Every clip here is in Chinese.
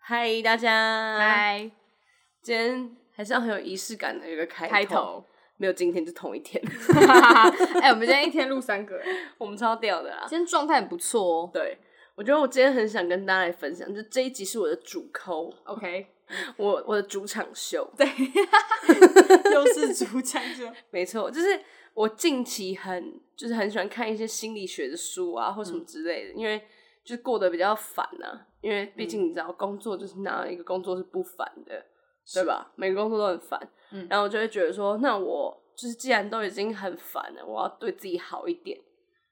嗨，大家！，嗨，今天还是要很有仪式感的，有一个开开头。没有今天就同一天， 哎、我们今天一天录三个，哎 我们超屌的啦！啊今天状态很不错哦。对，我觉得我今天很想跟大家来分享，就这一集是我的主抠， OK，我我的主场秀， 对，又是主讲者，没错，就是我近期很就是很喜欢看一些心理学的书啊，或什么之嗯类的，因为就是过得比较烦啊，因为毕竟你知道，工作就是哪一个工作是不烦的，对吧？每个工作都很烦，嗯然后我就会觉得说，那我就是既然都已经很烦了，我要对自己好一点。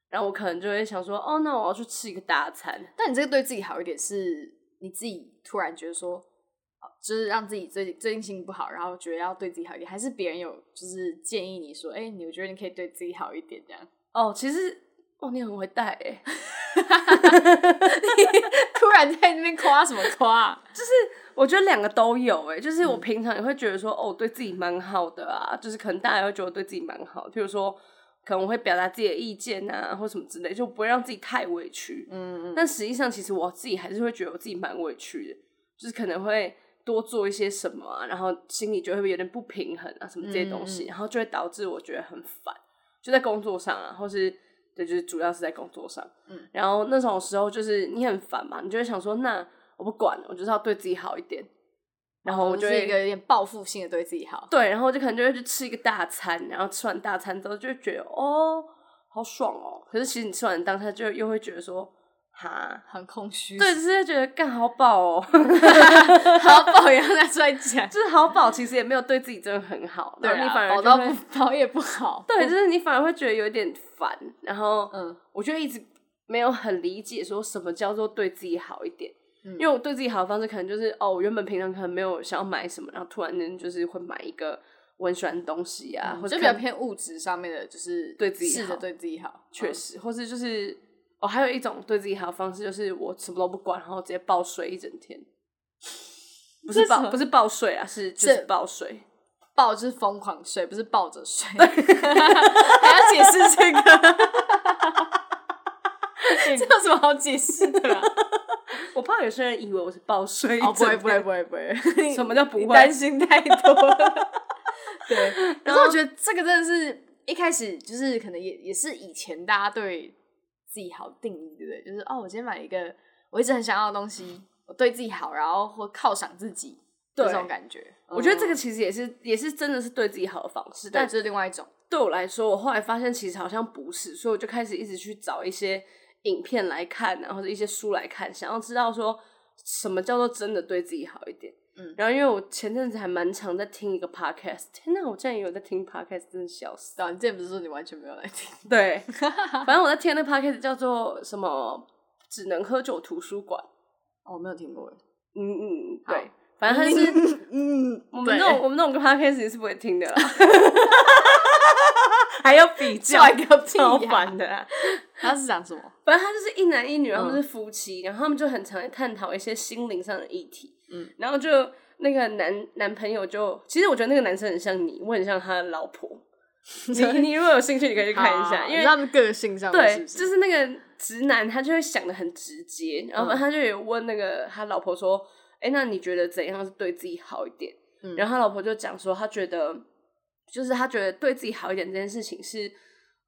然后我可能就会想说，哦，那我要去吃一个大餐，但你这个对自己好一点，是你自己突然觉得说，哦就是让自己最近最近心情不好，然后觉得要对自己好一点，还是别人有就是建议你说，哎、你我觉得你可以对自己好一点这样。哦，其实哦，你很会带诶，突然在那边夸什么夸、 我觉得两个都有诶，就是我平常也会觉得说，哦，对自己蛮好的啊，就是可能大家也会觉得我对自己蛮好，譬如说，可能我会表达自己的意见啊，或什么之类，就不会让自己太委屈。嗯嗯，但实际上，其实我自己还是会觉得我自己蛮委屈的，就是可能会多做一些什么啊，然后心里就会有点不平衡啊，什么这些东西，嗯嗯然后就会导致我觉得很烦，就在工作上啊，或是对，就是主要是在工作上，嗯，然后那种时候就是你很烦嘛，你就会想说，那我不管，我就是要对自己好一点，然后我就哦就是一会。个有点报复性的对自己好。对，然后我就可能就会去吃一个大餐，然后吃完大餐之后就会觉得哦，好爽哦。可是其实你吃完当下就又会觉得说，哈，很空虚，对，只是觉得干好饱哦， 好抱怨再出来 讲，就是好饱，其实也没有对自己真的很好，然后你啊反而饱就到会不饱也 不好，对， 就是你反而会觉得有点烦，然后嗯，我就一直没有很理解说什么叫做对自己好一点，嗯因为我对自己好的方式可能就是哦，我原本平常可能没有想要买什么，然后突然间就是会买一个我很喜欢的东西啊，或嗯者就比可较能偏物质上面的，就是对自己试好着对自己好，确嗯，实，或是就是哦，还有一种对自己好的方式就是我什么都不管，然后直接暴睡一整天。不是这什暴么不是暴睡啊，是就是这暴 睡。抱就是疯狂睡，不是抱着睡， 还要解释这 个，这有什么好解释的啊？我怕有些人以为我是暴睡一 哦，整不天。会不会不会不会，什么叫不 你会？担心太多了。 对，可然是后我觉得这个真的是一开始就是可能也也是以前大家对自己好定义，对不对？就是哦，我今天买一个我一直很想要的东西，我对自己好，然后或犒赏自己对这种感觉。我觉得这个嗯其实也是也是真的是对自己好的方式，对，但就是另外一种。对我来说，我后来发现其实好像不是，所以我就开始一直去找一些影片来看啊，或者一些书来看，想要知道说什么叫做真的对自己好一点。嗯然后因为我前阵子还蛮常在听一个 podcast，天呐，我竟然也有在听 podcast，真的笑死。对啊，你之前不是说你完全没有来听？ 对，反正我在听那个 podcast 叫做什么“只能喝酒图书馆哦，我没有听过。”，嗯嗯，好对，反正它是 嗯， 我们对那种我们那种 podcast 是不会听的啦， 还要比较拽个屁超呀烦的啊啦。他是讲什么？反正他就是一男一女，然后他嗯们是夫妻，然后他们就很常来探讨一些心灵上的议题。嗯，然后就那个男男朋友就，其实我觉得那个男生很像你，我很像他的老 婆。你你如果有兴趣，你可以去 看一好下，因为他们个性上面对，是不就是是那个直男，他就会想的很直接，然后嗯反正他就有问那个他老婆说：“哎、那你觉得怎样是对自己好一点？”嗯然后他老婆就讲说，他觉得就是他觉得对自己好一点这件事情是，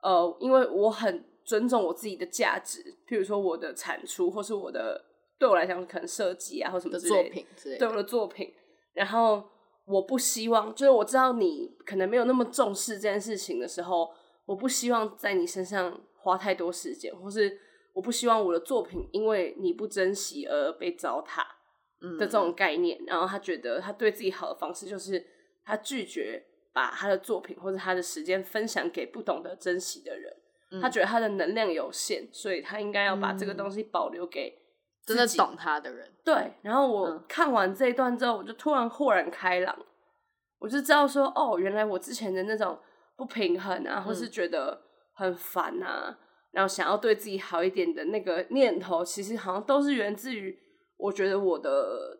呃，因为我很尊重我自己的价值，譬如说我的产出，或是我的对我来讲可能设计啊或什么的之作类的品之类对我的。的作品，然后我不希望，就是我知道你可能没有那么重视这件事情的时候，我不希望在你身上花太多时间，或是我不希望我的作品因为你不珍惜而被糟蹋嗯的这种概念。然后他觉得他对自己好的方式就是他拒绝把他的作品或者他的时间分享给不懂得珍惜的人。嗯他觉得他的能量有限，所以他应该要把这个嗯东西保留给真的自己懂他的人，对，然后我嗯看完这一段之后，我就突然豁然开朗，我就知道说，哦，原来我之前的那种不平衡啊，或是嗯觉得很烦啊，然后想要对自己好一点的那个念头，其实好像都是源自于我觉得我的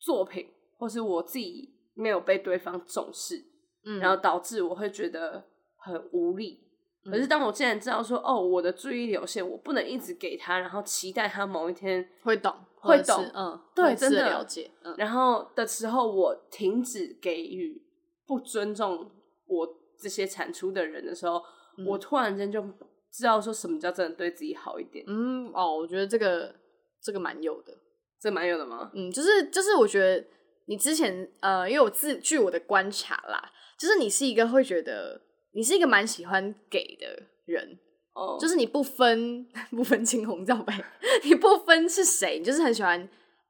作品或是我自己没有被对方重视，嗯然后导致我会觉得很无力。可嗯是当我竟然知道说，哦，我的注意力有限，我不能一直给他，然后期待他某一天会懂，会或者是懂嗯，对或者是真的了解，嗯，然后的时候，我停止给予不尊重我这些产出的人的时候，嗯我突然间就知道说什么叫真的对自己好一点，嗯，哦，我觉得这个这个蛮有的，这蛮有的吗？嗯，就是就是，我觉得你之前呃，因为我自据我的观察啦，就是你是一个会觉得你是一个蛮喜欢给的人，哦，就是是你不分 不分青红皂白， 你不分是谁，你就是很喜欢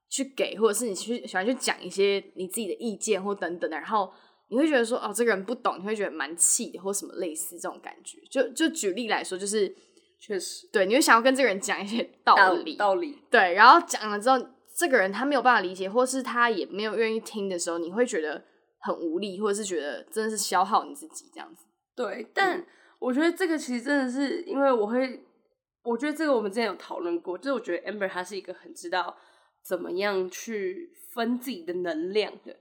去给，或者是你去喜欢去讲一些你自己的意见或等等的，然后你会觉得说哦，这个人不懂，你会觉得蛮气的，或什么类似这种感觉。就就举例来说，就是确实对，你会想要跟这个人讲一些道理，道理，对，然后讲了之后，这个人他没有办法理解，或是他也没有愿意听的时候，你会觉得很无力，或者是觉得真的是消耗你自己这样子。嗯对，但我觉得这个其实真的是因为我会，我觉得这个我们之前有讨论过，就是我觉得 Amber 她是一个很知道怎么样去分自己的能量的，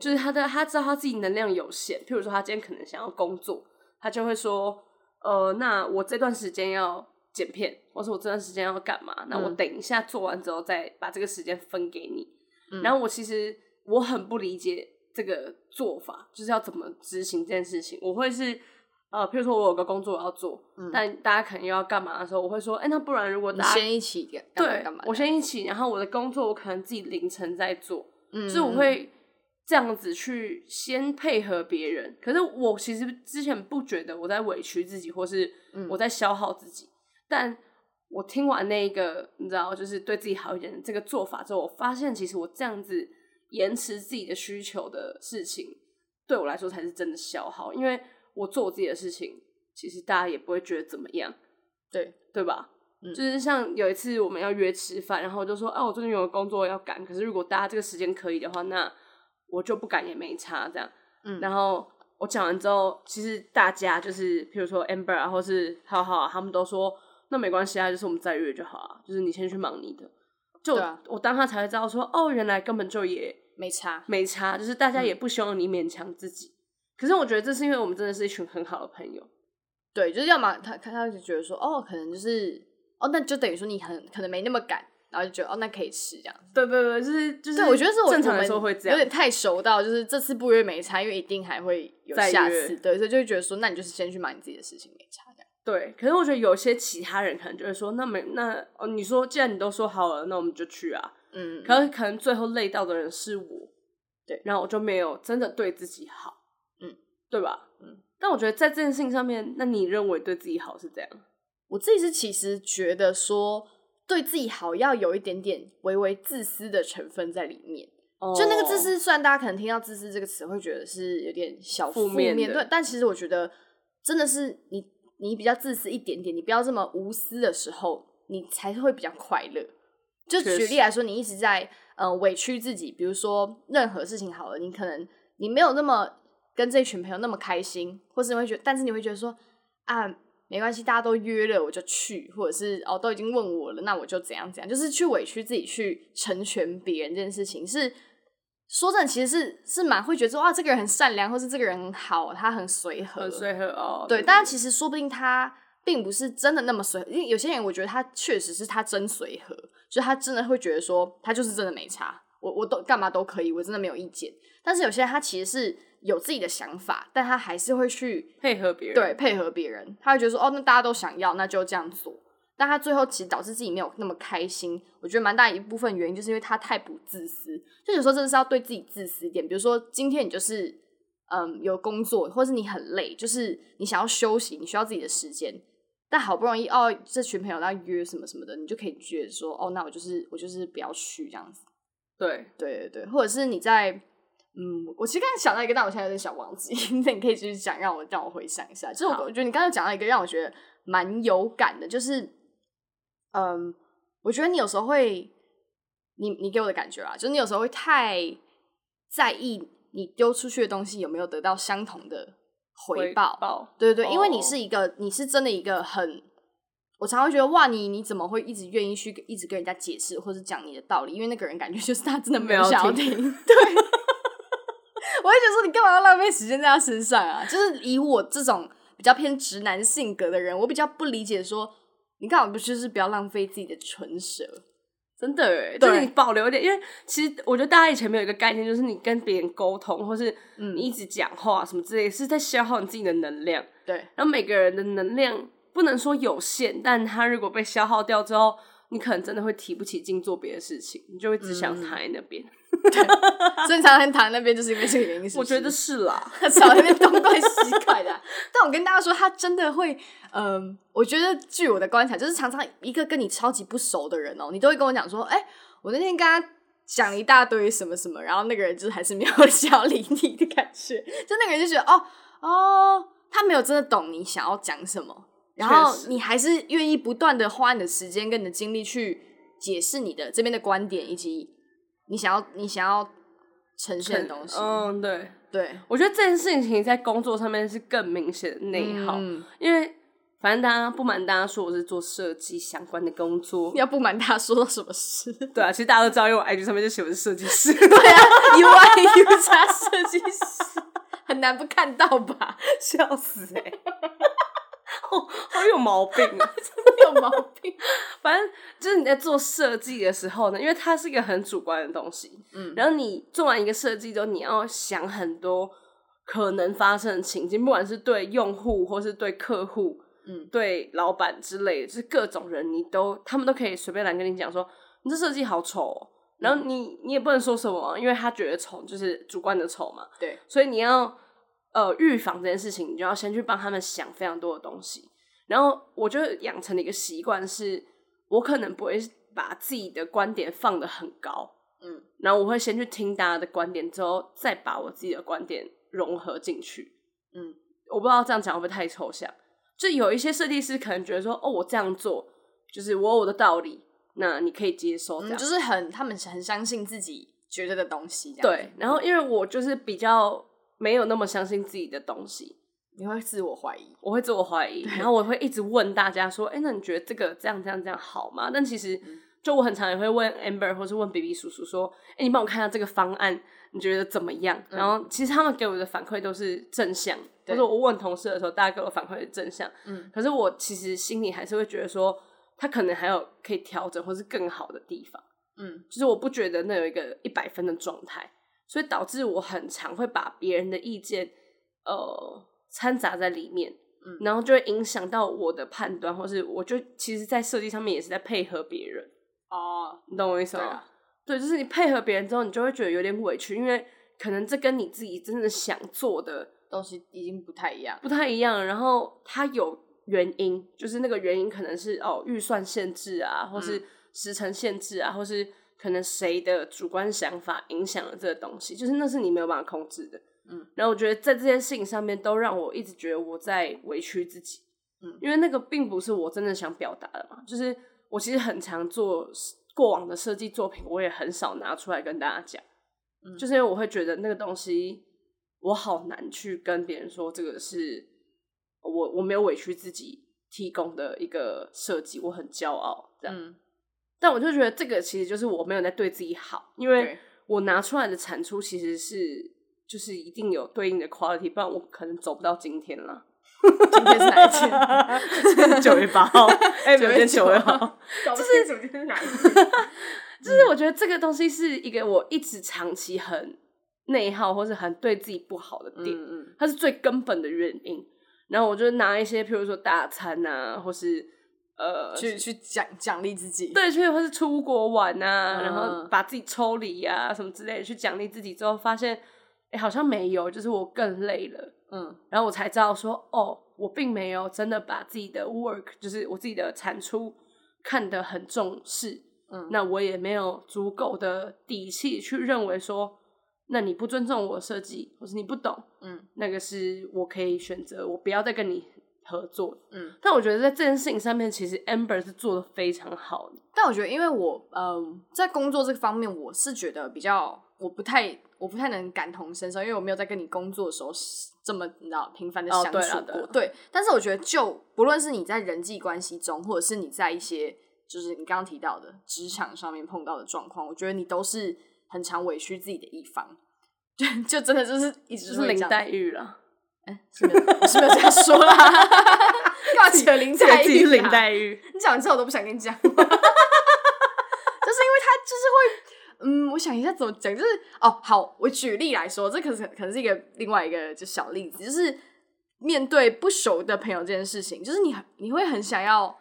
就是她的她知道她自己能量有限，譬如说她今天可能想要工作，她就会说，呃，那我这段时间要剪片，或者我这段时间要干嘛？那我嗯等一下做完之后再把这个时间分给你。嗯然后我其实我很不理解这个做法，就是要怎么执行这件事情。我会是呃，譬如说我有个工作我要做，嗯但大家可能又要干嘛的时候，我会说，哎、那不然如果你大家先一起干干嘛对干嘛？我先一起，然后我的工作我可能自己凌晨再做，嗯，就是我会这样子去先配合别人。可是我其实之前不觉得我在委屈自己，或是嗯我在消耗自己。但我听完那一个，你知道，就是对自己好一点的这个做法之后，我发现其实我这样子延迟自己的需求的事情，对我来说才是真的消耗，因为我做我自己的事情，其实大家也不会觉得怎么样。对，对吧？嗯就是像有一次我们要约吃饭，然后我就说啊，我最近有个工作要赶，可是如果大家这个时间可以的话，那我就不赶也没差这样。嗯然后我讲完之后，其实大家就是譬如说 Amber 啊，或是浩浩啊，他们都说那没关系啊，就是我们再约就好啊，就是你先去忙你的。就我,、对啊当下才会知道说，哦，原来根本就也没差。没差，就是大家也不希望你勉强自己。可是我觉得这是因为我们真的是一群很好的朋友，对，就是要么他他他就觉得说，哦，可能就是哦，那就等于说你很可能没那么赶，然后就觉得哦，那可以吃这样子。对对对，就是就是，对，我觉得是我正常我来们说会这样有，点太熟到，就是这次不约没差，因为一定还会有再下约次，对，所以就会觉得说，那你就是先去忙你自己的事情，没差这样。对，可是我觉得有些其他人可能就会说，那没那哦，你说既然你都说好了，那我们就去啊。嗯，可是可能最后累到的人是我，对，然后我就没有真的对自己好，嗯，对吧？嗯，但我觉得在这件事情上面，那你认为对自己好是这样？我自己是其实觉得说，对自己好要有一点点微微自私的成分在里面。就哦那个自私，虽然大家可能听到“自私”这个词会觉得是有点小负面面，的对，但其实我觉得真的是你你比较自私一点点，你不要这么无私的时候，你才会比较快乐。就确举实例来说，你一直在呃委屈自己，比如说任何事情好了，你可能你没有那么跟这群朋友那么开心，或是你会觉得，但是你会觉得说啊，没关系，大家都约了，我就去，或者是哦，都已经问我了，那我就怎样怎样，就是去委屈自己去成全别人这件事情是。说真的，其实是是蛮会觉得说哇，这个人很善良，或是这个人很好，他很随和，很随和哦。对，但其实说不定他并不是真的那么随和，因为有些人我觉得他确实是他真随和，就是他真的会觉得说他就是真的没差，我我都干嘛都可以，我真的没有意见。但是有些人他其实是有自己的想法，但他还是会去配合别人，对配合别人，他会觉得说哦，那大家都想要，那就这样做。但他最后其实导致自己没有那么开心，我觉得蛮大一部分原因就是因为他太不自私，就有时候真的是要对自己自私一点。比如说今天你就是嗯有工作，或是你很累，就是你想要休息，你需要自己的时间。但好不容易哦，这群朋友要约什么什么的，你就可以觉得说哦，那我就是我就是不要去这样子。对，对对对，或者是你在，嗯，我其实刚才想到一个，但我现在有点想忘记， 那你可以继续讲，让我让我回想一下。就是好我我觉得你刚才讲到一个让我觉得蛮有感的，就是，嗯，我觉得你有时候会，你你给我的感觉啊，就是你有时候会太在意你丢出去的东西有没有得到相同的回报，报对对对，因为你哦是一个，你是真的一个很，我常会觉得哇，你你怎么会一直愿意去一直跟人家解释或是讲你的道理？因为那个人感觉就是他真的没有没有想要听听， 对。我会觉得说你干嘛要浪费时间在他身上啊？就是以我这种比较偏直男性格的人，我比较不理解说你干嘛不就是不要浪费自己的唇舌？真的哎，对就是你保留一点，因为其实我觉得大家以前没有一个概念，就是你跟别人沟通，或是嗯你一直讲话什么之类的，是在消耗你自己的能量。对，然后每个人的能量不能说有限，但他如果被消耗掉之后，你可能真的会提不起劲做别的事情，你就会只嗯想躺在那边。所以常常躺在那边就是因为这个原因。是不我是觉得是啦， 少在那边东怪西怪 的啊、但我跟大家说，他真的会，嗯、我觉得据我的观察，就是常常一个跟你超级不熟的人哦，你都会跟我讲说，哎、我那天跟他讲一大堆什么什么，然后那个人就是还是没有想要理你的感觉， 就那个人就觉得，哦哦，他没有真的懂你想要讲什么，然后确实你还是愿意不断的花你的时间跟你的精力去解释你的这边的观点以及你想要你想要呈现的东西，嗯，对，对。我觉得这件事情在工作上面是更明显的内耗，嗯因为反正大家不瞒大家说，我是做设计相关的工作。要不瞒他说到什么事 啊对啊，其实大家都知道，因为我 IG 上面就写我是设计师。 ？UI U 加设计师很难不看到吧？笑死哎、 欸！好好有毛病啊！有毛病。反正就是你在做设计的时候呢，因为它是一个很主观的东西，嗯然后你做完一个设计之后，你要想很多可能发生的情境，不管是对用户或是对客户、嗯对老板之类的，就是各种人，你都他们都可以随便来跟你讲说，你这设计好丑、哦，然后你你也不能说什么啊，因为他觉得丑就是主观的丑嘛， 对，所以你要呃预防这件事情，你就要先去帮他们想非常多的东西。然后我就养成了一个习惯是，我可能不会把自己的观点放得很高，嗯，然后我会先去听大家的观点，之后再把我自己的观点融合进去。嗯，我不知道这样讲会不会太抽象。就有一些设计师可能觉得说，哦，我这样做就是我有我的道理，那你可以接受这嗯，样。就是很他们很相信自己觉得的东西。这样子对，然后因为我就是比较没有那么相信自己的东西，你会自我怀疑。我会自我怀疑，然后我会一直问大家说：“哎、那你觉得这个这样这样这样好吗？”但其实就我很常也会问 Amber 或是问 BB 叔叔说：“哎、你帮我看一下这个方案，你觉得怎么样？”然后其实他们给我的反馈都是正向，或对者我问同事的时候，大家给我反馈是正向。嗯，可是我其实心里还是会觉得说，他可能还有可以调整或是更好的地方。嗯，就是我不觉得那有一个一百分的状态，所以导致我很常会把别人的意见呃掺杂在里面，嗯然后就会影响到我的判断，或是我就其实，在设计上面也是在配合别人，哦，你懂我意思对吗？啊，对，就是你配合别人之后，你就会觉得有点委屈，因为可能这跟你自己真的想做的东西已经不太一样。不太一样，然后它有原因，就是那个原因可能是哦预算限制啊，或是时程限制啊，或是可能谁的主观想法影响了这个东西，就是那是你没有办法控制的。嗯，然后我觉得在这件事情上面都让我一直觉得我在委屈自己，嗯因为那个并不是我真的想表达的嘛，就是我其实很常做过往的设计作品，我也很少拿出来跟大家讲。嗯就是因为我会觉得那个东西我好难去跟别人说这个是我我没有委屈自己提供的一个设计，我很骄傲这样。嗯，但我就觉得这个其实就是我没有在对自己好，因为对，我拿出来的产出其实是就是一定有对应的 quality，不然我可能走不到今天啦。今天是哪一天？ 九月八号， 哎、没有今天九月号。 就是今天是哪一天？就是嗯我觉得这个东西是一个我一直长期很内耗或是很对自己不好的点，嗯嗯它是最根本的原因。然后我就拿一些，譬如说大餐啊，或是呃，去去奖奖励自己。对，去或是出国玩啊，嗯然后把自己抽离啊什么之类的，去奖励自己之后，发现哎、好像没有，就是我更累了。嗯然后我才知道说，哦，我并没有真的把自己的 work，就是我自己的产出看得很重视，嗯那我也没有足够的底气去认为说，那你不尊重我的设计，或是你不懂，嗯那个是我可以选择，我不要再跟你合作。嗯。但我觉得在这件事情上面，其实 Amber 是做的非常好的，但我觉得，因为我嗯，在工作这个方面，我是觉得比较我不太我不太能感同身受，因为我没有在跟你工作的时候这么你知道频繁的哦相对啦处过。对啦对，但是我觉得就不论是你在人际关系中，或者是你在一些就是你刚刚提到的职场上面碰到的状况，我觉得你都是很常委屈自己的一方。就就真的就是一直就是会林这样黛玉 啦，是没有我是没有这样说 啦，干嘛扯林黛自己玉、是啊？林黛玉， 你讲完之后我都不想跟你讲话。就是就是因为他就是会。嗯，我想一下怎么讲，就是哦，好，我举例来说，这可是可能是一个另外一个就小例子，就是面对不熟的朋友这件事情，就是你很你会很想要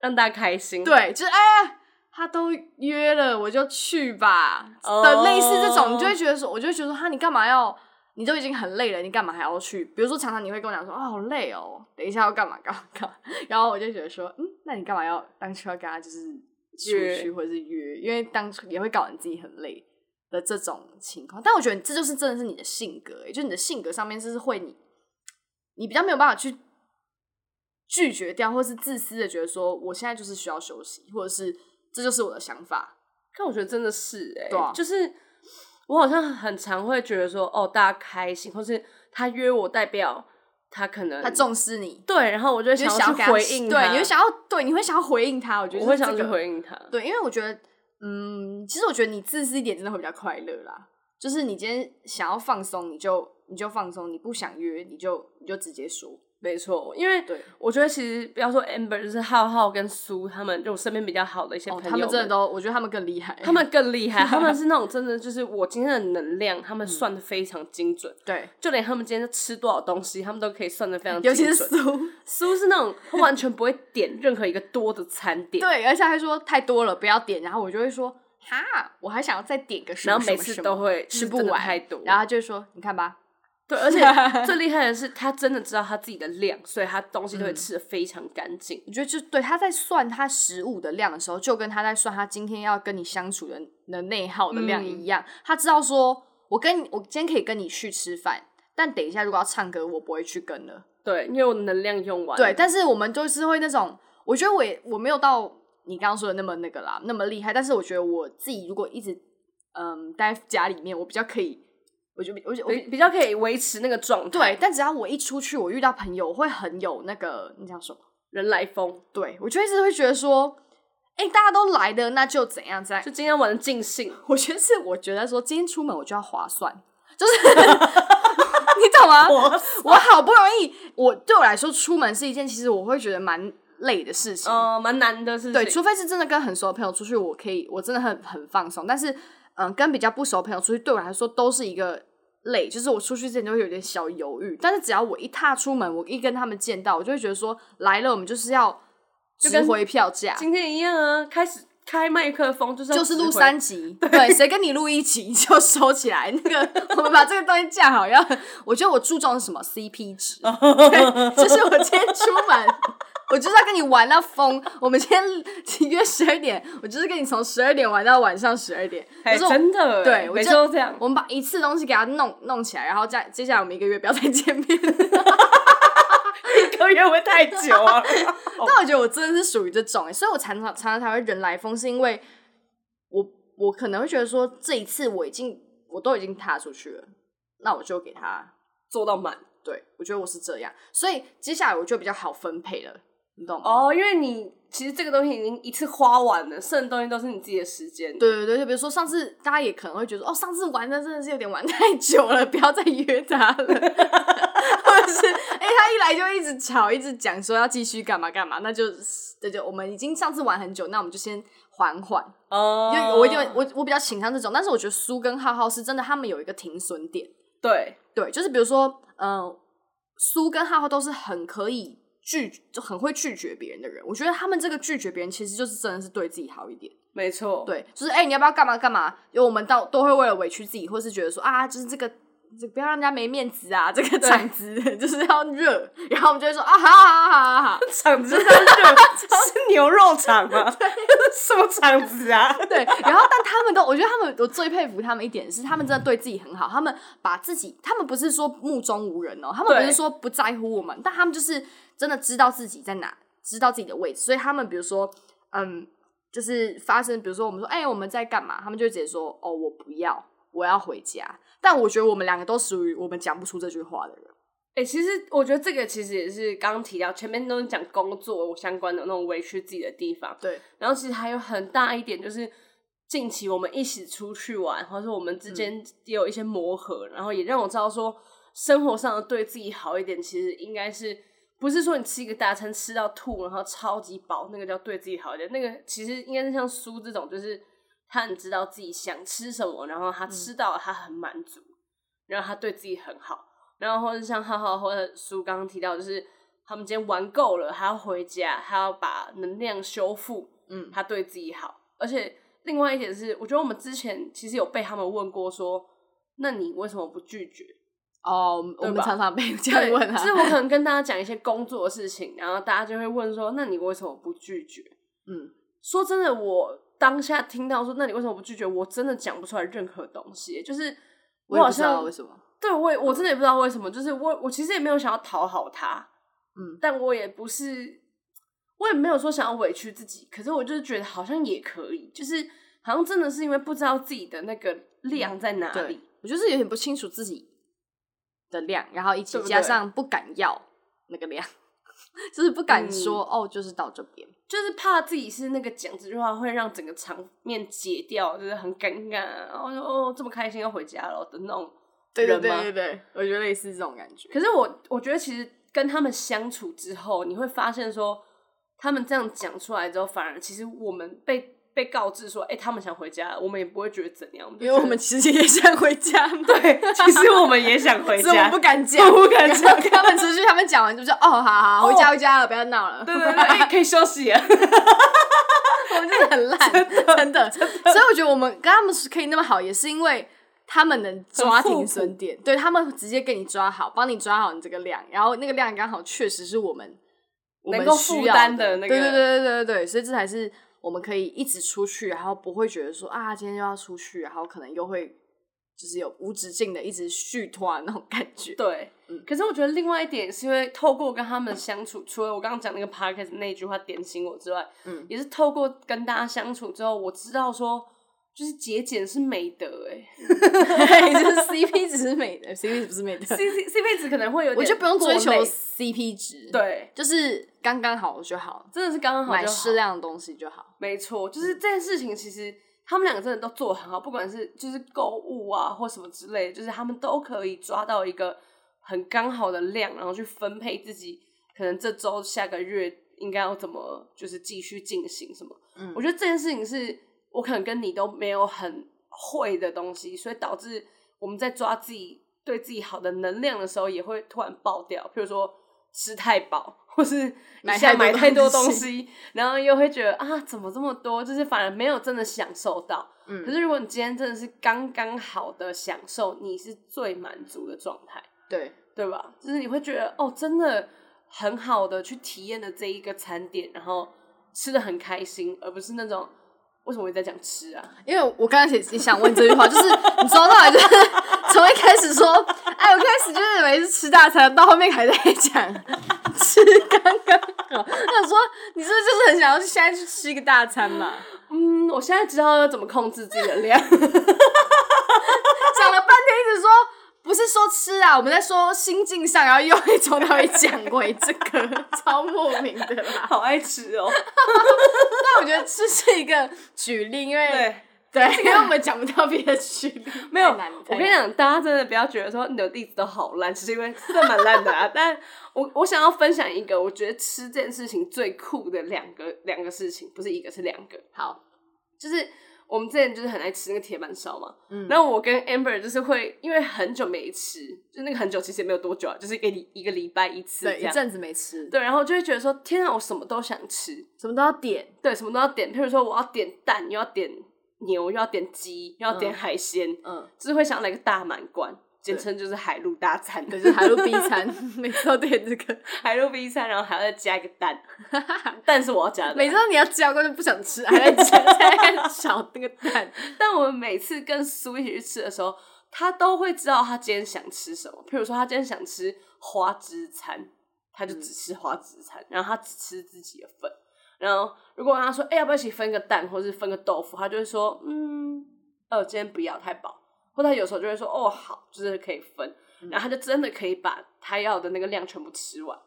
让大家开心。，对，就是哎、他都约了，我就去吧哦的类似这种，你就会觉得说，我就会觉得说，哈，你干嘛要？你都已经很累了，你干嘛还要去？比如说，常常你会跟我讲说，啊、好累哦，等一下要干嘛干嘛干嘛。然后我就觉得说，嗯，那你干嘛要当初要跟他就是约出去或者是约？因为当初也会搞得你自己很累的这种情况。但我觉得这就是真的是你的性格、欸，就你的性格上面就是会你你比较没有办法去拒绝掉，或是自私的觉得说，我现在就是需要休息，或者是这就是我的想法。但我觉得真的是哎、对啊就是我好像很常会觉得说，哦，大家开心，或是他约我，代表他可能他重视你，对，然后我就会你会要想去给他回应对，他，你会想要对，你会想要回应他。我觉得我会是想这去个回应他。对，因为我觉得，嗯，其实我觉得你自私一点真的会比较快乐啦。就是你今天想要放松，你就你就放松；你不想约，你就你就直接说。没错，因为对，我觉得其实不要说 Amber，就是浩浩跟苏他们，就我身边比较好的一些朋哦，友、他们真的都，我觉得他们更厉害。他们更厉害， 他们是那种真的就是我今天的能量，他们嗯算的非常精准，对，就连他们今天吃多少东西，他们都可以算的非常精尤准。其是苏，苏是那种他完全不会点任何一个多的餐点，对，而且还说太多了，不要点。然后我就会说，哈，我还想要再点个什么然后每什么次什么都会吃就是不真的完，太多然后他就会说，你看吧， 对，而且最厉害的是他真的知道他自己的量，所以他东西都嗯会吃的非常干净。我觉得就对他在算他食物的量的时候，就跟他在算他今天要跟你相处的的内耗的量一样。他知道说，我跟你，我今天可以跟你去吃饭，但等一下如果要唱歌，我不会去跟了。对，因为我的能量用完了，对，但是我们就是会那种，我觉得我也我没有到你刚刚说的那么那个啦，那么厉害。但是我觉得我自己如果一直嗯待在家里面，我比较可以，我就我就我比比较可以维持那个状态，对，但只要我一出去，我遇到朋友，我会很有那个那叫什么？人来疯，对我就一直会觉得说，哎、大家都来的，那就怎样怎样就。今天玩的尽兴。我觉得是我觉得说，今天出门我就要划算，就是 你懂吗？我我好不容易，我对我来说，出门是一件其实我会觉得蛮累的事情。呃，蛮难的是，嗯对，除非是真的跟很熟的朋友出去，我可以，我真的很很放松。但是，嗯，跟比较不熟的朋友出去，对我来说都是一个累，就是我出去之前就会有点小犹豫。但是只要我一踏出门，我一跟他们见到，我就会觉得说，来了，我们就是要就值跟回票价，今天一样啊，开始开麦克风就是要就是指录挥三集，对，谁跟你录一集就收起来。那个，我们把这个东西架好，要我觉得我注重的是什么 CP 值，对，就是我今天出门。我就是要跟你玩到疯，我们今天约十二点，我就是跟你从十二点玩到晚上十二点。可哎，是我真的欸，对，我每就次都这样。 我们把一次东西给它弄弄起来，然后再接下来我们一个月不要再见面。一个月会太久 啊，但我觉得我真的是属于这种、欸，所以我常常常常才会人来疯，是因为我我可能会觉得说，这一次我已经我都已经踏出去了，那我就给他。做到满对我觉得我是这样，所以接下来我就比较好分配了，你懂吗？哦，因为你其实这个东西已经一次花完了，剩的东西都是你自己的时间。对对对，就比如说上次大家也可能会觉得，哦，上次玩的真的是有点玩太久了， 不要再约他了，或者是 哎、他一来就一直吵，一直讲说要继续干嘛干嘛，那就那就我们已经上次玩很久，那我们就先缓缓，哦，因为我一定会我我比较倾向这种，但是我觉得苏跟浩浩是真的，他们有一个停损点，对对，就是比如说，嗯、苏跟浩浩都是很可以拒，就很会拒绝别人的人。我觉得他们这个拒绝别人，其实就是真的是对自己好一点，没错，对，就是哎、你要不要干嘛干嘛？因为我们到都会为了委屈自己，或是觉得说啊，就是这个。这个不要让人家没面子啊！这个对场子 就是要热，然后我们就会说啊，好好好好好，场子真的 是是牛肉场吗？ 什么场子啊？对，然后但他们都，我觉得他们，我最佩服他们一点是，他们真的对自己很好，他们把自己，他们不是说目中无人哦，他们不对是说不在乎我们，但他们就是真的知道自己在哪，知道自己的位置，所以他们比如说，嗯，就是发生，比如说我们说，哎、我们在干嘛？他们就会直接说，哦，我不要，我要回家。但我觉得我们两个都属于我们讲不出这句话的人， 哎、其实我觉得这个其实也是刚刚提到，前面都是讲工作相关的那种委屈自己的地方，对，然后其实还有很大一点就是，近期我们一起出去玩，或者说我们之间也有一些磨合，然后也让我知道说，生活上的对自己好一点，其实应该是不是说你吃一个大餐吃到吐，然后超级饱，那个叫对自己好一点，那个其实应该是像苏这种，就是他很知道自己想吃什么，然后他吃到了他很满足，然后他对自己很好。然后或者像浩浩或者苏刚刚提到，就是他们今天玩够了，他要回家，他要把能量修复，嗯他对自己好。而且另外一点是，我觉得我们之前其实有被他们问过说，那你为什么不拒绝？哦，我对们吧常常被 这样对，问啊，就是我可能跟大家讲一些工作的事情，然后大家就会问说，那你为什么不拒绝？嗯，说真的，我当下听到说，那你为什么不拒绝？我真的讲不出来任何东西，就是我我也不好知道像为什么，对我也我真的也不知道为什么，就是我我其实也没有想要讨好他，嗯但我也不是，我也没有说想要委屈自己，可是我就是觉得好像也可以，就是好像真的是因为不知道自己的那个量在哪里嗯对，，我就是有点不清楚自己的量，然后一起对不对加上不敢要那个量， 就是不敢嗯说、哦，就是到这边，就是怕自己是那个讲这句话会让整个场面解掉，就是很尴尬啊，然后就哦这么开心要回家了的那种人吗？对，我觉得类似这种感觉，可是我我觉得其实跟他们相处之后，你会发现说，他们这样讲出来之后，反而其实我们被被告知说，哎、他们想回家了，我们也不会觉得怎样，就因为我觉得 们其实也 想回家嘛，对其实我们也想 回所以我家们不。敢讲，不敢讲然后跟他们出去，他们讲完就说：“哦，好好，好回家哦回家了，不要闹了。”对对对，哎可以休息了。我们真的很烂， 真的。所以我觉得我们跟他们是可以那么好，也是因为他们能抓停损点，对他们直接给你抓好，帮你抓好你这个量，然后那个量刚好确实是我们我们能够需负要担的的那对个对对对对对，所以这才是我们可以一直出去，然后不会觉得说啊，今天又要出去，然后可能又会就是有无止境的一直续拖那种感觉。 对嗯，可是我觉得另外一点是因为透过跟他们相处，除了我刚刚讲那个 podcast 那一句话点醒我之外，嗯也是透过跟大家相处之后，我知道说，就是节俭是美德、 哎 对，就是 CP 值是美的，CP 值不是美哎的， ，C C C 配值可能会有点，我就不用追求 CP 值，，对，就是刚刚好就好，真的是刚刚好买就好适量的东西就好。没错，就是这件事情，其实他们两个真的都做得很好，不管是就是购物啊或什么之类的，就是他们都可以抓到一个很刚好的量，然后去分配自己可能这周、下个月应该要怎么就是继续进行什么。嗯我觉得这件事情是我可能跟你都没有很会的东西，所以导致我们在抓自己对自己好的能量的时候，也会突然爆掉。譬如说吃太饱，或是一买下太多买太多东东西西，然后又会觉得啊，怎么这么多？就是反而没有真的享受到。嗯可是如果你今天真的是刚刚好的享受，你是最满足的状态。对，对吧？就是你会觉得哦，真的很好的去体验了这一个餐点，然后吃的很开心，而不是那种为什么我一直在讲吃啊？因为我刚开始也想问这句话， 就是你从头到尾就是从一开始说，哎，我开始就是每次吃大餐，到后面还在讲吃刚刚好，我想说你是不是就是很想要去现在去吃一个大餐嘛？ 嗯，我现在知道要怎么控制自己的量，讲了半天一直说。不是说吃啊，我们在说心境上，然后又会从头到尾讲回这个，超莫名的啦。好爱吃哦。 但我觉得吃是一个举例，因为对，对，因为我们讲不到别的区 别，没有，太难我跟你，讲，大家真的不要觉得说你的例子都好烂，其实因为真的蛮烂的 啊。但我我想要分享一个，我觉得吃这件事情最酷的两个两个事情，不是一个是两个，好，就是我们之前就是很爱吃那个铁板烧嘛，嗯然后我跟 Amber 就是会因为很久没吃，就那个很久其实也没有多久啊，就是一个礼一个礼拜一次这对，一样，阵子没吃，对，然后就会觉得说天啊，我什么都想吃，什么都要点，对，什么都要点，譬如说我要点蛋，又要点牛，又要点鸡，又要点海鲜，嗯，就是会想要来个大满贯，简称就是海陆大餐，对，就是海陆 B 餐， 每次都点这 个， 海陆 B 餐，然后还要再加一个 蛋，蛋是我要加的，每次都你要教，根本不想吃，还在讲，还 在找那个蛋， 但我们每次跟苏一起去吃的时候，他都会知道他今天想吃什么。譬如说，他今天想吃花枝餐，他就只吃花枝餐，然后他只吃自己的份。然后如果他说：“哎、要不要一起分个蛋，或是分个豆腐？”他就会说：“嗯，呃，今天不要太饱。”或者他有时候就会说：“哦，好，就是可以分。”然后他就真的可以把他要的那个量全部吃完。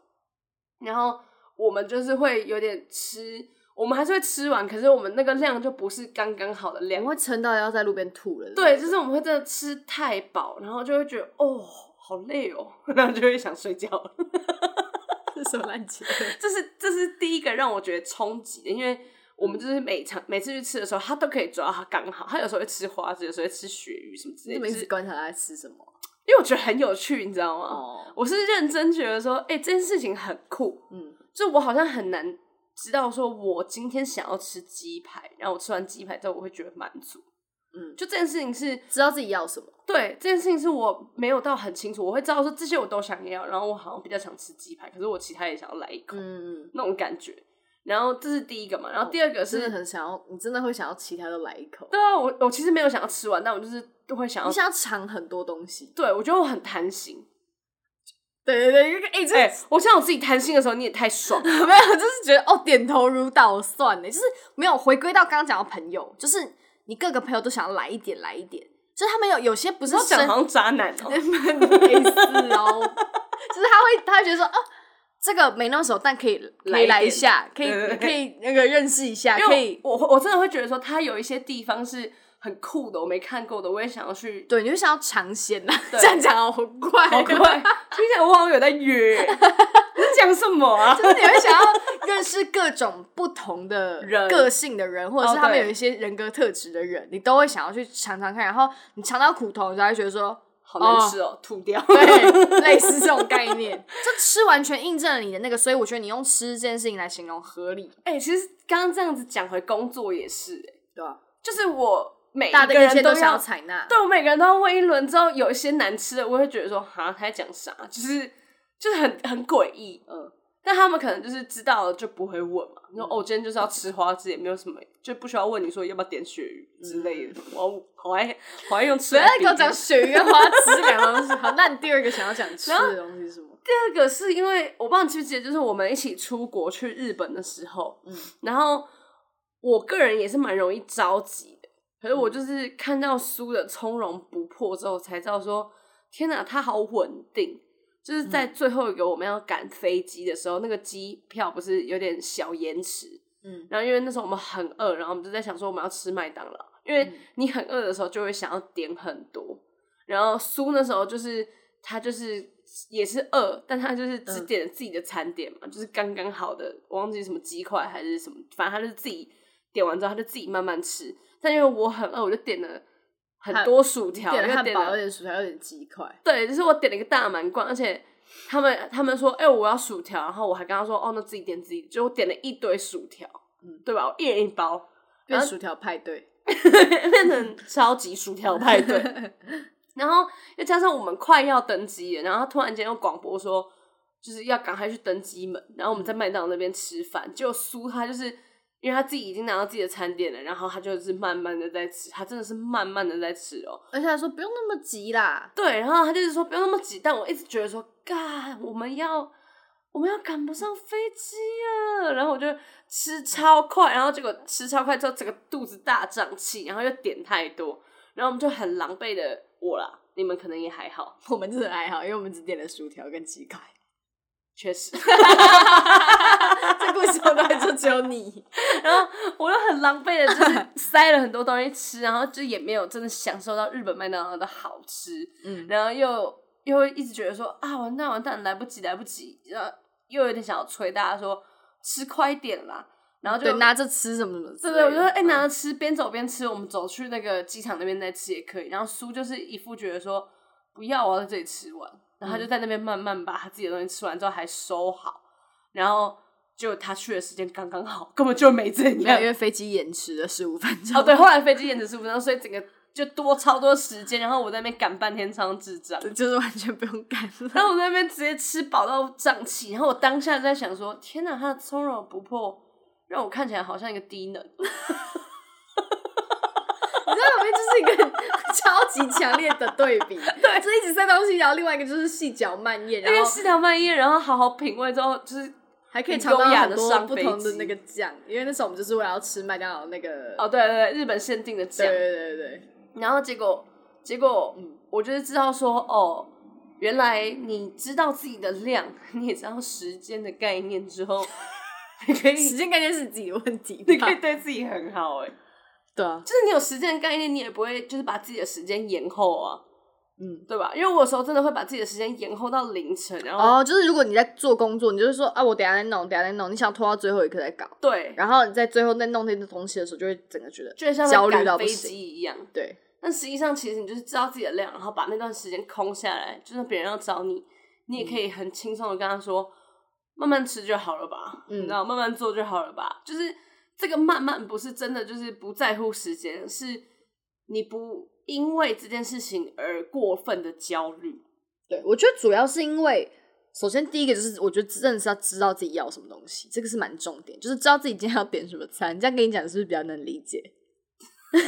然后我们就是会有点吃，我们还是会吃完，可是我们那个量就不是刚刚好的我量们。会撑到要在路边吐了，对，就是我们会真的吃太饱，然后就会觉得哦，好累哦， 然后就会想睡觉了。 这是什么烂结论？ 这是这是第一个让我觉得冲击的，因为我们就是每场每次去吃的时候，他都可以抓他刚好。他有时候会吃花枝，有时候会吃鳕鱼什么之你类怎的，么一就直是观察他在吃什么？因为我觉得很有趣，你知道吗？哦，我是认真觉得说，哎、这件事情很酷，嗯就我好像很难知道说，我今天想要吃鸡排，然后我吃完鸡排之后，我会觉得满足。嗯，就这件事情是知道自己要什么。对这件事情是我没有到很清楚，我会知道说这些我都想要，然后我好像比较想吃鸡排，可是我其他也想要来一口、嗯嗯，那种感觉。然后这是第一个嘛，然后第二个哦是，真的很想要，你真的会想要其他都来一口，对啊，我我其实没有想要吃完，但我就是都会想你要。想要尝很多东西。对，我觉得我很贪 心。对对对，一个哎，这哎、我想我自己贪心的时候，你也太爽 了。 没有，就是觉得哦，点头如捣蒜呢，欸就是没有回归到刚刚讲的朋友，就是你各个朋友都想要来一点，来一点，就是他们有有些不是你要讲生 好像渣男哦、类似哦，就是他会他会觉得说啊。这个没那么熟，但可以可以来一下，可以对对对可以那个认识一下，因可为以我我我真的会觉得说，它有一些地方是很酷的，我没看过的，我也想要去。对，你就想要尝鲜啦。对这样讲好 怪，哦好快，听起来我好像有在约， 你在讲什么啊？就是 你会想要认识各种不同的人个性的人，或者是哦他们对有一些人格特质的人，你都会想要去尝尝看。然后你尝到苦头，你才会觉 得说， 好难吃哦，吐掉。对，类似这种概念，这吃完全印证了你的那个。所以我觉得你用吃这件事情来形容合理，哎、其实刚刚这样子讲回工作也是、哎，对吧？就是我每大个的一切人都都想要要，采纳，对我每个人都要问一轮之后，有一些难吃的，我会觉得说，哈，他在讲啥？就是就是很很诡异，嗯。但他们可能就是知道了就不会问嘛，你说哦，我今天就是要吃花枝，也没有什么，就不需要问你说要不要点鳕鱼之类的。我好爱好爱用吃嗯不来比要再喻。给我讲鳕鱼跟花枝这两个东西。好，那你第二个想要讲吃的东西是什么？第二个是因为我不知道你记不记得，就是我们一起出国去日本的时候，嗯然后我个人也是蛮容易着急的，可是我就是看到苏的从容不迫之后，才知道说，天哪，他好稳定。就是在嗯最后一个我们要赶飞机的时候，那个机票不是有点小延迟，嗯然后因为那时候我们很饿，然后我们就在想说我们要吃麦当劳，因为嗯你很饿的时候就会想要点很多。然后苏那时候就是他就是也是饿，但他就是只嗯点了自己的餐点嘛，就是刚刚好的，我忘记什么鸡块还是什么，反正他就是自己点完之后他就自己慢慢吃。但因为我很饿，我就点了很汉多薯条，点了又汉点堡，有了点薯条，有点鸡块。对，就是我点了一个大满贯，而且他们他们说，哎、我要薯条，然后我还跟他说，哦，那自己点自己，就我点了一堆薯条，嗯对吧？我一人一包， 变然后薯条派对，变成超级薯条派对。然后又加上我们快要登机了，然后他突然间又广播说，就是要赶快去登机门，然后我们在麦当劳那边吃饭。结果苏他就是因为他自己已经拿到自己的餐点了，然后他就是慢慢的在吃，他真的是慢慢的在吃哦、而且还说不用那么急啦，对，然后他就是说不要那么挤，但我一直觉得说，干，我们要我们要赶不上飞机啊！然后我就吃超快，然后结果吃超快之后，整个肚子大胀气，然后又点太多，然后我们就很狼狈的我啦，你们可能也还好， 我们真的还好，因为我们只点了薯条跟鸡块。确实， 这故事我大概就只有你。然后我又很狼狈的，就是塞了很多东西吃，然后就也没有真的享受到日本麦当劳的好吃， 嗯，然后又又会一直觉得说啊，完蛋完蛋，来不及来不及，然后又有点想要催大家说吃快一点啦，然后就对，拿嗯着吃什么什么之对类的。对，我就说哎、拿着吃，边走边吃，我们走去那个机场那边再吃也可以。然后苏就是一副觉得说不要，我要在这里吃完，然嗯后他就在那边慢慢把他自己的东西吃完之后还收好，然后就他去的时间刚刚好，根本就没怎没有，样因。为飞机延迟了十五分钟。哦，对，后来飞机延迟十五分钟，所以整个就多超多时间，然后我在那边赶半天，超智障。对，就是完全不用干然了。后我在那边直接吃饱到胀气，然后我当下在想说：天哪，他的从容不迫让我看起来好像一个低能。你知道旁边就是一 个超级强烈的对比， 对，就一直塞东西，然后另外一个就是细嚼慢咽，那然个后细条慢咽，然后好好品味之后，就是还可以很尝到优雅很地多上不飞同的机那个酱，因为那时候我们就是为了要吃麦当劳那个。哦，对对对，日本限定的对酱。对对对，然后结果结果，嗯，我就是知道说，哦，原来你知道自己的量，你也知道时间的概念之后，你可以时间概念是自己的问题吧。 你可以对自己很 好哎、对啊，就是你有时间概念，你也不会就是把自己的时间延后啊。嗯，对吧？因为我有时候真的会把自己的时间延后到凌晨，然后、哦，就是如果你在做工作，你就是说啊，我等一下再弄，等一下再弄，你想拖到最后一刻再搞，对，然后你在最后再弄那些东西的时候，就会整个觉得就很像焦在虑赶到不飞行。机一样。对，但实际上，其实你就是知道自己的量，然后把那段时间空下来，就算别人要找你，你也可嗯以很轻松的跟他说，慢慢吃就好了吧，嗯你知道，慢慢做就好了吧。就是这个慢慢不是真的，就是不在乎时间，是你不因为这件事情而过分的焦虑。对，我觉得主要是因为，首先第一个就是，我觉得真的是要知道自己要什么东西，这个是蛮重点，就是知道自己今天要点什么餐。这样跟你讲是不是比较能理解？ 你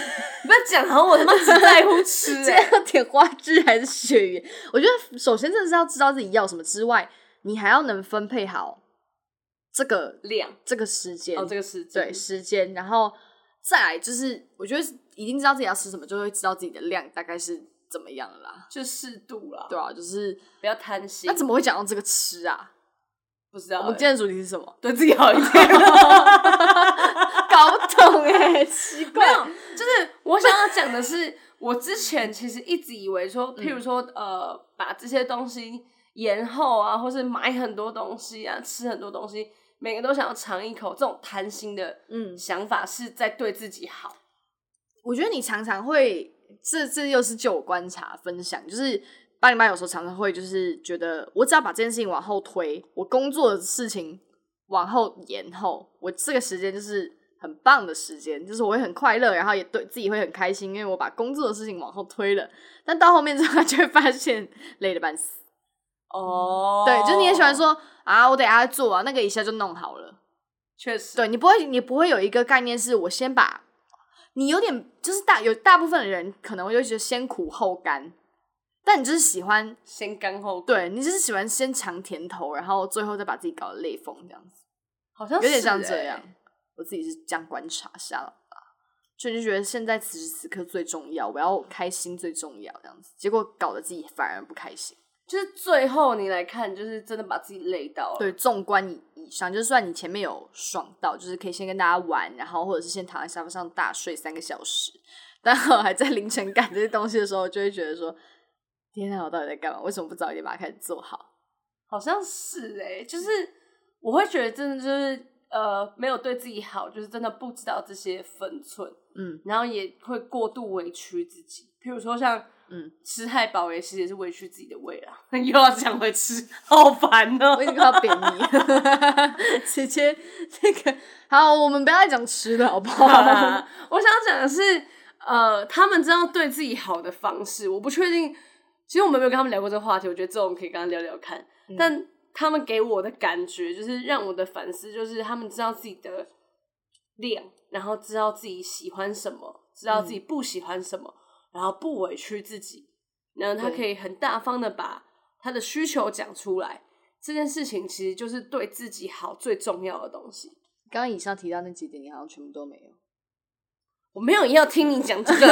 不要讲，好像我他妈只在乎吃、 今天欸，要点花枝还是鳕鱼？我觉得首先真的是要知道自己要什么之外，你还要能分配好这个量这个时间，哦，这个时间对时间，然后再来就是，我觉得已经知道自己要吃什么，就会知道自己的量大概是怎么样了啦。就适度啦，对啊，就是不要贪心。那怎么么会讲到这个吃啊？不知道、我们今欸天的主题是什么？ 对自己好一点？搞不懂哎、 奇怪没。有，就是我想要讲的 是，我之前其实一直以为说，嗯譬如说，呃，把这些东西延后啊，或是买很多东西啊，吃很多东西，每个都想要尝一口，这种贪心的嗯，想法是在对自己好。我觉得你常常会，这这又是就我观察分享，就是八零八有时候常常会就是觉得，我只要把这件事情往后推，我工作的事情往后延后，我这个时间就是很棒的时间，就是我会很快乐，然后也对自己会很开心，因为我把工作的事情往后推了。但到后面之后，就 会发现累得半死。哦对，就是你也喜欢，说啊，我等一下做啊，那个一下就弄好了。确实，对你不会，你不会有一个概念是我先把，你有点就是大有大部分的人可能会就觉得先苦后甘，但你就是喜欢，先干后果，对你就是喜欢先尝甜头，然后最后再把自己搞得累疯这样子，好像有点是像欸这样。。我自己是这样观察下来吧，所以就觉得现在此时此刻最重要，我要开心最重要这样子，结果搞得自己反而不开心。就是最后你来看，就是真的把自己累到了。对，，纵观以以上，就算你前面有爽到，就是可以先跟大家玩，然后或者是先躺在沙发上大睡三个小时，但我还在凌晨干这些东西的时候，就会觉得说，天啊，我到底在干嘛？为什么不早一点把它开始做好？好像是哎、就是我会觉得真的就是呃，没有对自己好，就是真的不知道这些分寸，嗯，然后也会过度委屈自己。譬如说像嗯，吃太饱也是也是委屈自己的胃啦， 又要讲回吃，好烦哦、我已经快要扁 你，直接那个好，我们不要再讲吃的好不好？好啦，我想讲的是，呃，他们知道对自己好的方式，我不确定。其实我们没有跟他们聊过这个话题，我觉得这种可以跟他聊聊看。嗯但他们给我的感觉就是让我的反思，就是他们知道自己的量，然后知道自己喜欢什么，知道自己不喜欢什么，然后不委屈自己，然后他对可以很大方的把他的需求讲出来。这件事情其实就是对自己好最重要的东西。 刚刚以上提到那几点，你好像全部都没有。 我没有要听你讲这个。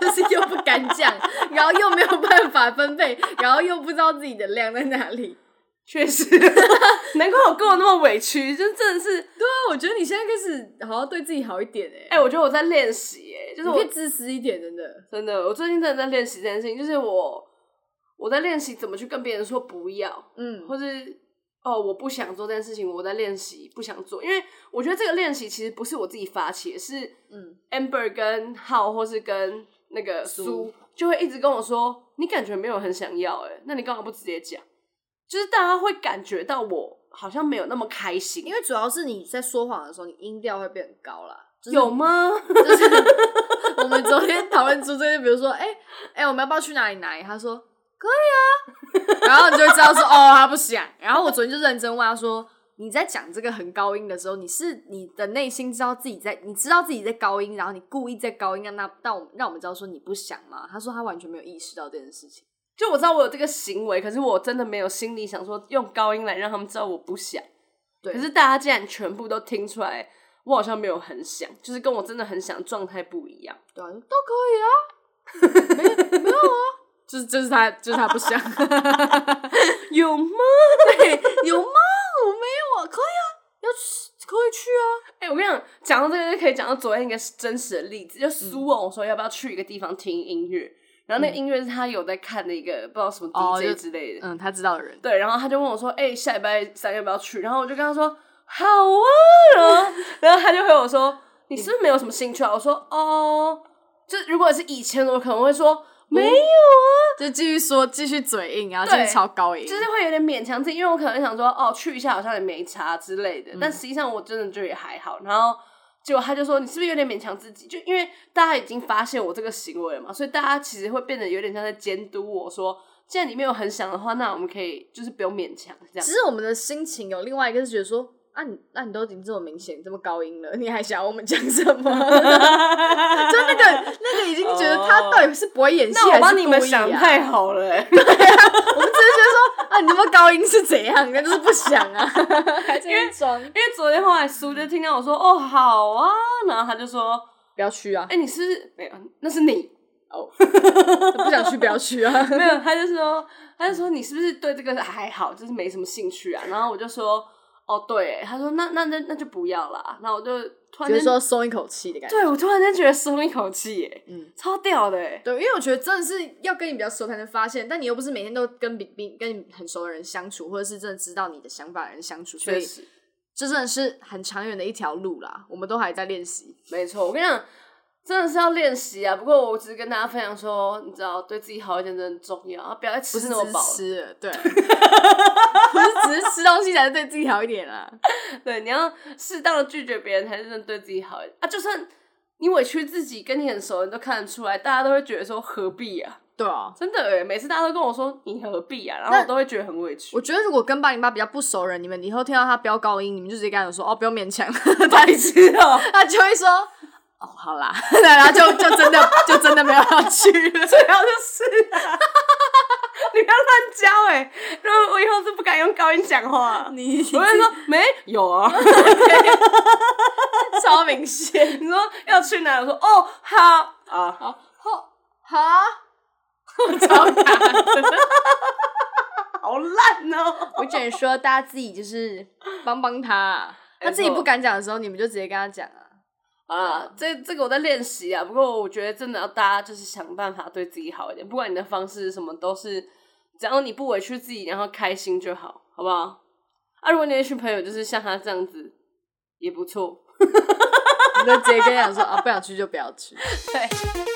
就是又不敢讲，然后又没有办法分配，然后又不知道自己的量在哪里。确实， 难怪我跟我那么委屈，就真的是，对啊，我觉得你现在开始好好对自己好一点哎、哎、我觉得我在练习，哎，就是你我可以自私一点，真的。真的，我最近真的在练习这件事情，就是我我在练习怎么去跟别人说不要，嗯或是哦我不想做这件事情，我在练习不想做，因为我觉得这个练习其实不是我自己发起的，是嗯， Amber 跟浩或是跟那个苏苏就会一直跟我说，你感觉没有很想要、哎，那你干嘛不直接讲？就是大家会感觉到我好像没有那么开心，因为主要是你在说谎的时候，你音调会变很高啦。就是、有吗？就是我们昨天讨论出这些，比如说，哎、哎、我们要不要去哪里哪里？他说可 以啊，然后你就会知道说，哦，他不想。然后我昨天就认真问他说，你在讲这个很高音的时候，你是你的内心知道自己在，你知道自己在高音，然后你故意在高音让那让我们让我们知道说你不想吗？他说他完全没有意识到这件事情。就我知道我有这个行为，可是我真的没有心里想说用高音来让他们知道我不想。对可是大家竟然全部都听出来，我好像没有很想，就是跟我真的很想的状态不一样。对啊，都可以啊，没没有啊， 就是就是他就是他不 想。有吗？对，有吗？我没有啊，可以啊，要吃可可以去啊，哎、我跟你讲，讲到这个就可以讲到昨天一个真实的例子，就嗯苏问我说要不要去一个地方听音乐，然后那个音乐是他有在看的一个不知道什么哦就 DJ 之类的，嗯，他知道的人，对，然后他就问我说，哎、下礼拜三要不要去？然后我就跟他说好啊，然后然后他就回我说你是不是没有什么兴趣啊？我说哦，就如果是以前我可能会说没有啊，就继续说，继续嘴硬，然后继续对超高音，就是会有点勉强自己，因为我可能想说，哦，去一下好像也没差之类的，但实际上我真的就也还好。然后结果他就说，你是不是有点勉强自己？就因为大家已经发现我这个行为了嘛，所以大家其实会变得有点像在监督我说，既然你没有很想的话，那我们可以就是不用勉强这样只。是我们的心情有另外一个是觉得说，啊你那你都已经这么明显这么高音了，你还想要我们讲什么？ 就那个那个已经觉得他哦到底是不会演戏那还我是帮你们故意想啊太好了、欸，我们只是觉得说啊你这么高音是怎样？那就是不想啊， 还在那边装，因为昨天后来苏就听到我说，哦，好啊，然后他就说，不要去啊哎、，你是不是没有？那是你。 不想去不要去啊。没有，他就说，他就说你是不是对这个还好，就是没什么兴趣啊？然后我就说，哦，对欸。他说那那那那就不要啦。然后我就突然就间，是说松一口气的感觉，对我突然间觉得松一口气，耶，嗯超屌的，哎，对，因为我觉得真的是要跟你比较熟才能发现，但你又不是每天都跟比比跟你很熟的人相处，或者是真的知道你的想法的人相处，所确以实，这真的是很长远的一条路啦，我们都还在练习。没错。我跟你讲，真的是要练习啊。不过我只是跟大家分享说，你知道，对自己好一点真的很重要，啊，不要再不吃是那么只是饱了。吃了， 对，不是只是吃东西才是对自己好一点啦。对，你要适当的拒绝别人，才是真的对自己好一点啊。就算你委屈自己，跟你很熟的人都看得出来，大家都会觉得说何必啊。对啊，真的哎，每次大家都跟我说你何必啊，然后那我都会觉得很委屈我。觉得如果跟八零八比较不熟人，你们以后听到他飙高音，你们就直接跟他讲说哦，不用勉强， 他痴 哦！他就会说 哦，好啦，然后就就真的就真的没有要 去 了。最好就是、啊， 你不要乱教哎、然后我以后是不敢用高音讲话。啊你我会说没有啊，超明显，你说要去哪？我说哦好啊，好，好， 好，超卡。好烂哦。我只能说，大家自己就是帮帮他，啊没错他自己不敢讲的时候，你们就直接跟他讲啊。啊，这这个我在练习啊，不过我觉得真的要大家就是想办法对自己好一点，不管你的方式是什么，都是只要你不委屈自己，然后开心就好，好不好？啊，如果你有一群朋友就是像他这样子，也不错。你就直接跟他讲说啊，不想去就不要去。对。